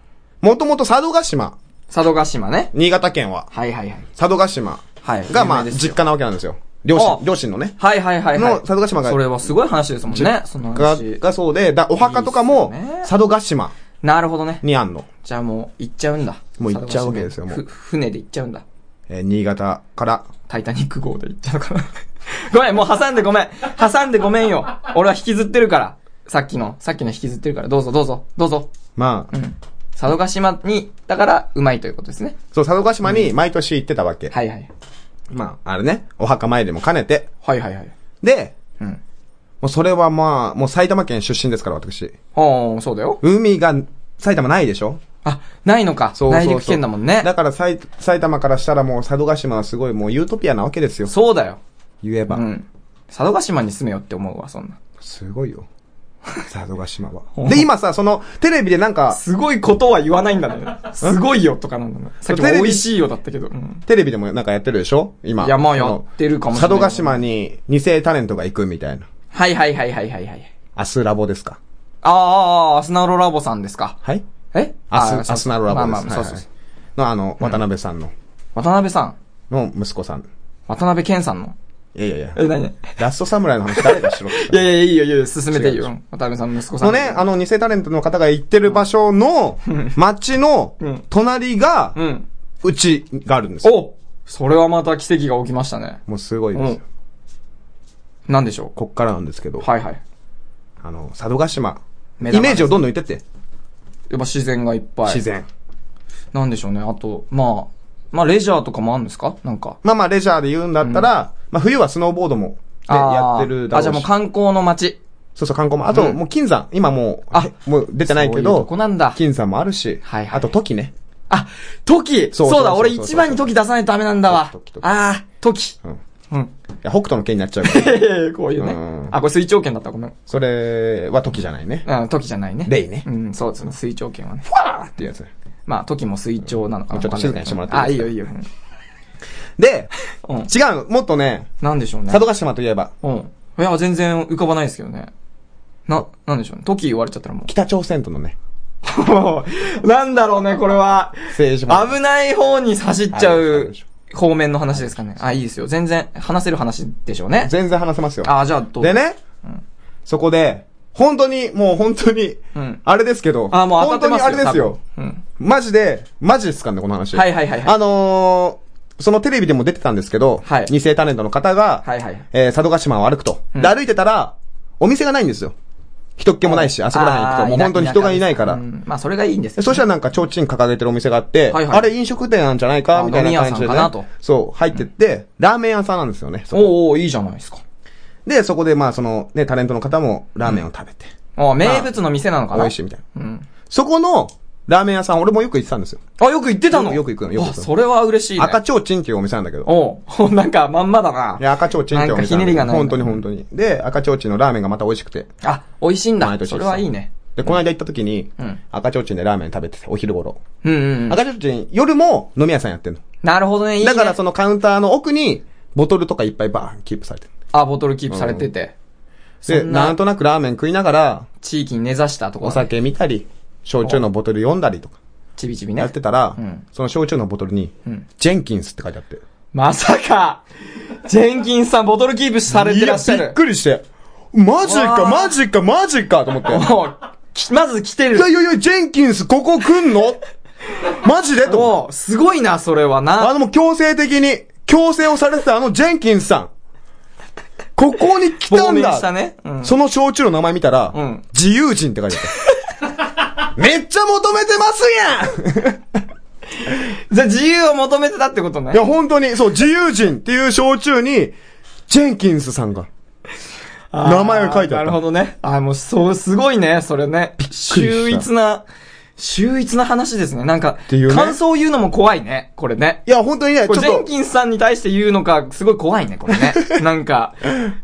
S1: もともと佐渡島、
S2: 佐渡島ね。
S1: 新潟県は、
S2: はいはいはい。
S1: 佐渡島
S2: はい。
S1: がまあ、
S2: 有名ですよ
S1: 実家なわけなんですよ。両親
S2: あ、
S1: 両親のね。
S2: はいはいはいはい。
S1: の佐渡島が
S2: それはすごい話ですもんね。その
S1: が、
S2: 話。
S1: がそうで、だお墓とかも
S2: いいっすね、
S1: 佐渡島
S2: なるほどね。
S1: にあんの。
S2: じゃあもう行っちゃうんだ。
S1: もう行っちゃうわけですよもう
S2: ふ船で行っちゃうんだ。
S1: えー新潟から、
S2: タイタニック号で行っちゃうから。 ごめん、もう挟んでごめん。挟んでごめんよ。俺は引きずってるから。さっきの、さっきの引きずってるから。どうぞどうぞ、どうぞ。
S1: まあ、
S2: うん。佐渡島に、だから、うまいということですね。
S1: そう、佐渡島に毎年行ってたわけ。
S2: はいはい。
S1: まあ、あれね、お墓参りも兼ねて。
S2: はいはいはい。
S1: で、
S2: うん。
S1: もうそれはまあ、もう埼玉県出身ですから、私。
S2: おー、そうだよ。
S1: 海が、埼玉ないでしょ
S2: あ、ないのか。
S1: そうそうそう
S2: 内陸圏だもんね。
S1: だから埼、埼玉からしたらもう佐渡島はすごいもうユートピアなわけですよ。
S2: そうだよ。
S1: 言えば。
S2: うん。佐渡島に住めよって思うわ、そんな。
S1: すごい よ。佐渡島は。で、今さ、その、テレビでなんか、
S2: すごいことは言わないんだね。すごいよとかなんだね。さっきも
S1: テレビ
S2: 美味しいよだったけど。うん
S1: テレビでもなんかやってるでしょ今。
S2: いやまあやってるかもしれない
S1: 佐渡島に二世タレントが行くみたいな。
S2: はいはいはいはいはいはい。
S1: アスラボですか
S2: あーあー、アスナロラボさんですか。
S1: はい
S2: え
S1: アス、
S2: あ
S1: アスナロラボです。
S2: まあまあ、そうそう
S1: はい
S2: そう。
S1: の、あの、渡辺さんの、
S2: 渡辺さん。
S1: の息子さん。
S2: 渡辺健さんの。
S1: いやいやいや。
S2: え、何い
S1: ラストサムライの話誰が しろって言った
S2: やいやいやいやいや、進めていいよ。うん渡辺さんの息子さん。
S1: のね、あの、偽タレントの方が行ってる場所の、町の
S2: ん、
S1: 隣が、
S2: うん。
S1: うちがあるんですよ。
S2: おそれはまた奇跡が起きましたね。
S1: もうすごいですよ
S2: うん。なんでしょ
S1: こっからなんですけど、
S2: う。はいはい。
S1: あの、佐渡島、イ
S2: 目玉
S1: メージをどんどん言ってって、
S2: やっぱ自然がいっぱい。
S1: 自。然。
S2: なんでしょうね。あと、まあ、まあ、レジャーとかもあるんですかなんか。
S1: まあまあ、レジャーで言うんだったら、まあ冬はスノーボードも、ね、や
S2: あー
S1: ってるだろうし。
S2: あ、じゃあもう観光の街。
S1: そうそう、観光も。あと、
S2: うん
S1: もう金山。今もう、
S2: あ
S1: もう出てないけ
S2: そういう
S1: ど
S2: と、こなんだ
S1: 金山もあるし、
S2: はいはい
S1: あと時ね。
S2: あ、トキ
S1: そ
S2: そうう
S1: そうそうそう
S2: だ、俺一番にトキ出さないとダメなんだわ
S1: トキトキ。トキ
S2: あー、トキ。
S1: うん。い
S2: うん。
S1: や北斗の剣になっちゃう から。
S2: こういう
S1: うん
S2: ね。あ、これ水長剣だった、ごめん。
S1: それは時じゃないね。
S2: うん、時じゃないね。
S1: レイね
S2: うん、そうですね。水長剣はね。
S1: わーってやつ。
S2: まあ、時も水長なのか
S1: う
S2: な。
S1: んちょっと静かにしてもらっていいですか
S2: あ、いいよいいよ。
S1: で、
S2: うん。うん
S1: 違う、もっとね、
S2: なんでしょうね。
S1: 佐渡島といえば、
S2: うん。いや、全然浮かばないですけどね。な、なんでしょうね。時言われちゃったらも
S1: 北朝鮮とのね、
S2: う。なんだろうね、これは。
S1: 政治も。
S2: 危ない方に走っちゃ
S1: ある
S2: う
S1: でしょ
S2: 方面の話ですかね。あ、いいですよ。全然話せる話でしょうね。
S1: 全然話せますよ。
S2: あ、じゃあどう
S1: で。ね、そこで、本当に、もう本当に
S2: うん、
S1: あれですけど、
S2: あ、もう当
S1: 本
S2: た
S1: 当
S2: ってま
S1: に
S2: す
S1: あれですよ。
S2: 多分うん。
S1: マジで、マジですかね、この話。
S2: はいはいはいはい
S1: あのー、そのテレビでも出てたんですけど、
S2: はい
S1: 二世タレントの方が、
S2: はいはい
S1: えー佐渡島を歩くと。
S2: うん
S1: で、歩いてたら、お店がないんですよ。人っ気もないし、あそこら辺行くと、もう本当に人がいないから
S2: う。んまあ、それがいいんです
S1: でそした
S2: ら、
S1: らなんか、提灯掲げてるお店があって、
S2: はいはい
S1: あれ飲食店なんじゃないか
S2: あ
S1: みたいな感じで、ね。
S2: 飲み屋さんかなと
S1: そう、入ってって、ラーメン屋さんなんですよね。そこ
S2: おうおういいじゃないですか。
S1: で、そこでまあ、その、ね、タレントの方もラーメンを食べて、
S2: あ名物の店なのかな、
S1: 美味しいみたいな。
S2: うん。
S1: そこの、ラーメン屋さん、俺もよく行ってたんですよ。
S2: あ、よく行ってたの
S1: よくよく行くのよく行
S2: あ、
S1: くの
S2: それは嬉しい、ね。
S1: 赤ちょうちんっていうお店なんだけど。。
S2: おう なんか、まんまだない
S1: や、赤ちょうちんってお店
S2: なんかひねりがない
S1: 本当に本当に。で、赤ちょうちんのラーメンがまた美味しくて。
S2: あ、美味しいん
S1: 毎
S2: だ。
S1: 年
S2: それはいいね。
S1: で、この間行った時に、
S2: うん
S1: 赤ちょうちんでラーメン食べてて、お昼頃。
S2: うんうんうん。
S1: 赤ちょうちん、夜も飲み屋さんやってんの。
S2: なるほどね、いいね。
S1: だからそのカウンターの奥に、ボトルとかいっぱいバーンキープされてる。
S2: あ、ボトルキープされてて。
S1: で、
S2: そん
S1: な
S2: なん
S1: となくラーメン食いながら、
S2: 地域に根ざしたとこ、
S1: お。酒見たり、焼酎のボトル読んだりとか、
S2: ちびちびね。
S1: やってたら
S2: うん、
S1: その焼酎のボトルに
S2: うん、
S1: ジェンキンスって書いてあって。
S2: まさか、ジェンキンさんボトルキープされてらっしゃ
S1: いやび
S2: る
S1: っ。くりして、マジ
S2: わ
S1: か、
S2: ー
S1: マジか、マジかと思って。
S2: もう、きまず来てる
S1: いや。いやいや、ジェンキンスここ来ん のマジでと思って
S2: もう、すごいな、それは
S1: あ
S2: な。
S1: のもう強制的に、強制をされてたあのジェンキンスさん。ここに来た
S2: 亡
S1: ん
S2: 命
S1: だ
S2: したね。うん。
S1: その焼酎の名前見たら、
S2: うん
S1: 自由人って書いてあった。 めっちゃ求めて ますやん
S2: じゃあ自由を求めてたってことね
S1: い。や、本当に、そう、自由人っていう焼酎に、ジェンキンスさんが。
S2: あー
S1: 名前が書いてあった
S2: なるほどね。あー、もう、そう、すごいね、それね。
S1: くりした
S2: 秀逸な、秀逸な話ですね。なんか、
S1: ていうね
S2: 感想を言うのも怖いね、これね
S1: い。や、本当にね、ちょ
S2: こ
S1: っ
S2: れ、ジェン
S1: と、
S2: キンスさんに対して言うのか、すごい怖いね、これね。 なんか、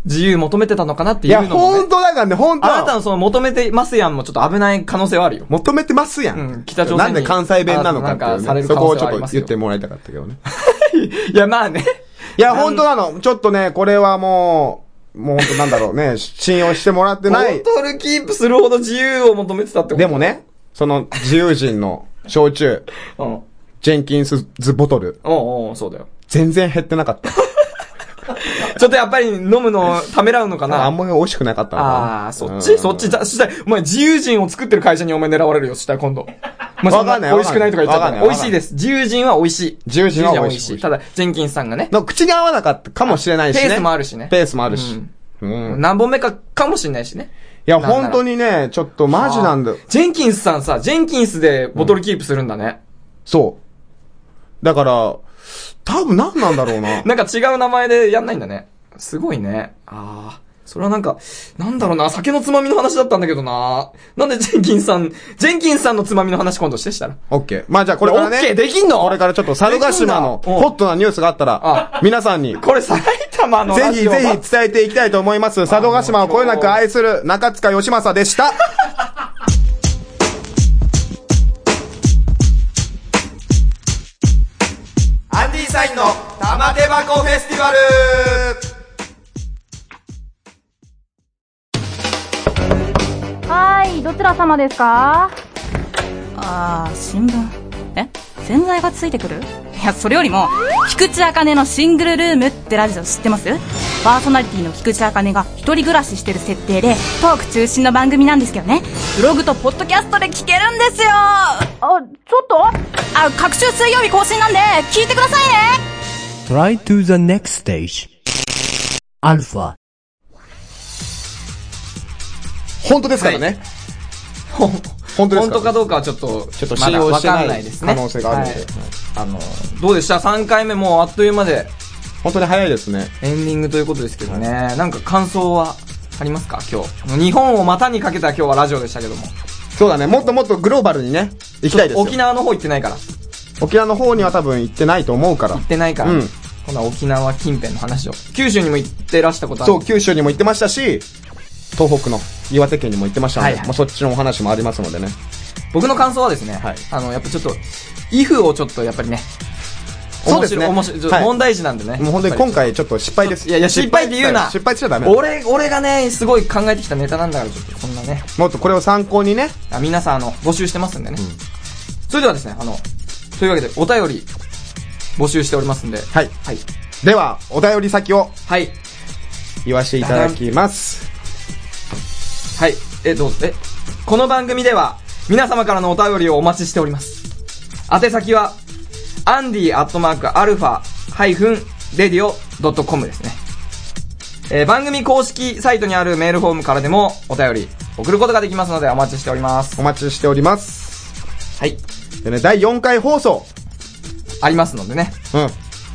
S2: 自由求めてたのかなって
S1: い
S2: いう
S1: や、
S2: のも、ね
S1: 本。当だからね、本当
S2: あなたのその求めてますやんもちょっと危ない可能性はあるよ。
S1: 求めてますやん。
S2: うん北朝鮮に
S1: なんで関西弁なのかってい
S2: あなんかさ
S1: う、ね、
S2: れる
S1: そ
S2: 可
S1: こを
S2: 能
S1: ち
S2: 性
S1: ょ
S2: はあ
S1: っ
S2: り
S1: と
S2: ます
S1: 言
S2: よ
S1: ってもらいたかったけどね。
S2: いや、まあね。
S1: いや、本当なの。ちょっとね、これはもう、もう本当なんだろうね、信用してもらってない。
S2: ボトルキープするほど自由を求めてたってこと
S1: でもね、その自由人の焼酎、
S2: うん。
S1: ジェンキンスズボトル、
S2: おうおうそうだよ。
S1: 全然減ってなかった。
S2: ちょっとやっぱり飲むのためらうのか
S1: あん
S2: な。
S1: まり美味しくなかったのかな
S2: ああ、そっちそっち。だそしたら、お前自由人を作ってる会社にお前狙われるよ、そしたら今度。まあ、そん
S1: わかんない
S2: 美味しくないとか言っちゃった
S1: わかん
S2: ら
S1: ない
S2: 美味しいです。自由人は美味しい。
S1: 自由人は美味しい
S2: 自由人はただ、ジェンキンスさんがね、
S1: の口に合わなかったかもしれないしね。
S2: ペースもあるしね
S1: ペースもあるし。うん。い
S2: 何本目かかもしれないしね。
S1: や、
S2: なんなら
S1: 本当にね、ちょっとマジなんだよ
S2: あー。ジェンキンスさんさ、ジェンキンスでボトルキープするんだね。
S1: そう。だから、多分何なんだろうな。
S2: なんか違う名前でやんないんだね。すごいね。ああ。それはなんか、なんだろうな、酒のつまみの話だったんだけどな。なんでジェンキンスさん、ジェンキンスさんのつまみの話今度してしたら。
S1: オッケー。まあじゃあこれからね。
S2: オッケーできんの
S1: これからちょっと猿ヶ島の
S2: できんだうん
S1: ホットなニュースがあったら
S2: あ、
S1: 皆さんに、ぜ
S2: これ埼玉のラ
S1: ひ
S2: ジ
S1: ぜ
S2: オ
S1: ひ伝えていきたいと思います。佐渡島をこよなく愛する中塚義正でした。
S3: アンディサインの玉手箱フェスティバル
S7: はーい、どちら様ですか
S8: あー、新聞。え洗剤がついてくるいや、それよりも、菊池茜のシングルルームってラジオ知ってますパーソナリティの菊池茜が一人暮らししてる設定で、トーク中心の番組なんですけどね、ブログとポッドキャストで聞けるんですよ
S7: あ、
S8: あ、
S7: ちょっと
S8: 各週水曜日更新なんで、聞いてくださいね
S5: Try to the next stage. Alpha.
S1: 本当ですからね。
S2: 本
S1: 本当です
S2: 本
S1: か
S2: 当かどうかはちょっと、
S1: ちょっと
S2: ま
S1: 信
S2: だ
S1: 用
S2: わ
S1: して
S2: か
S1: なん
S2: ない
S1: い
S2: ですね。
S1: 可能性があるの
S2: はい
S1: で。
S2: あの、どうでした ?3 回目もうあっという間で
S1: 本当に早いですね。
S2: エンディングということですけどね。なんか感想はありますか今日。もう日本を股にかけた今日はラジオでしたけども。
S1: そうだね。もっともっとグローバルにね、行きたいですよ。
S2: 沖縄の方行ってないから。行
S1: 沖縄の方には多分行ってないと思うから。
S2: ってないから。
S1: うん
S2: こんな沖縄近辺の話を。九州にも行ってらしたことある
S1: そう、九州にも行ってましたし、東北の岩手県にも行ってましたので、
S2: はいはい
S1: まあそっちのお話もありますのでね。
S2: 僕の感想はですね、
S1: はい
S2: あの、やっぱちょっと、イフをちょっとやっぱりね、
S1: そうですね
S2: 面白い面白い
S1: はい
S2: 問題児なんでね。
S1: もう本当に
S2: やっぱり
S1: 今回ちょっと失敗です。
S2: いやいや、失敗って言うな。
S1: 失敗しちゃダメ。
S2: 俺、俺がね、すごい考えてきたネタなんだから、ちょっと、そんなね。
S1: もっとこれを参考にね、
S2: あ皆さん、あの、募集してますんでね。それではですね、あの、というわけで、お便り、募集しておりますんで。
S1: はい。
S2: はい。
S1: では、お便り先を
S2: はい。
S1: 言わせていただきます。
S2: はい。え、どうぞ。え、この番組では、皆様からのお便りをお待ちしております。宛先は、アンディアットマークアルファハイフンレディオドットコムですね。えー番組公式サイトにあるメールフォームからでもお便り送ることができますのでお待ちしております
S1: お。待ちしております。
S2: はい。
S1: でね、第4回放送。
S2: ありますのでね。
S1: うん。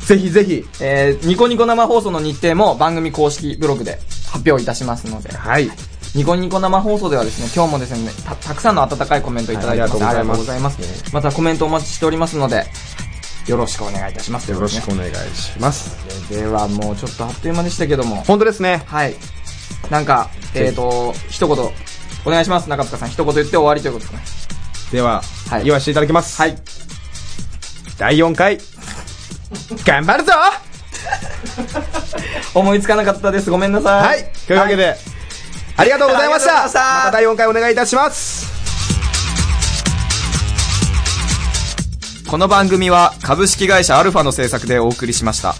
S1: ぜひぜひ。
S2: えーニコニコ生放送の日程も番組公式ブログで発表いたしますので、
S1: はい。
S2: ニコニコ生放送ではですね、今日もですね、た、たくさんの温かいコメントいただいてます、
S1: はいあ
S2: あ
S1: り
S2: り
S1: が
S2: が
S1: とうご
S2: とうご
S1: ざ
S2: ざ
S1: い
S2: い
S1: ま
S2: ますす。またコメントお待ちしておりますので、よろしくお願いいたします。
S1: よろしくお願いします。
S2: ではもうちょっとあっという間でしたけども、
S1: 本当ですね。
S2: はい。なんか、えっ、ー、と、一言、お願いします、中塚さん。一言言って終わりということですね。
S1: では、
S2: はい
S1: 言わせていただきます。
S2: はい。
S1: 第4回。頑張るぞ
S2: 思いつかなかったです。ごめんなさい。
S1: はい。というわけで、ありがとうございました
S2: ありがとうございました
S1: また第4回お願いいたします。
S3: この番組は株式会社アルファの制作でお送りしました。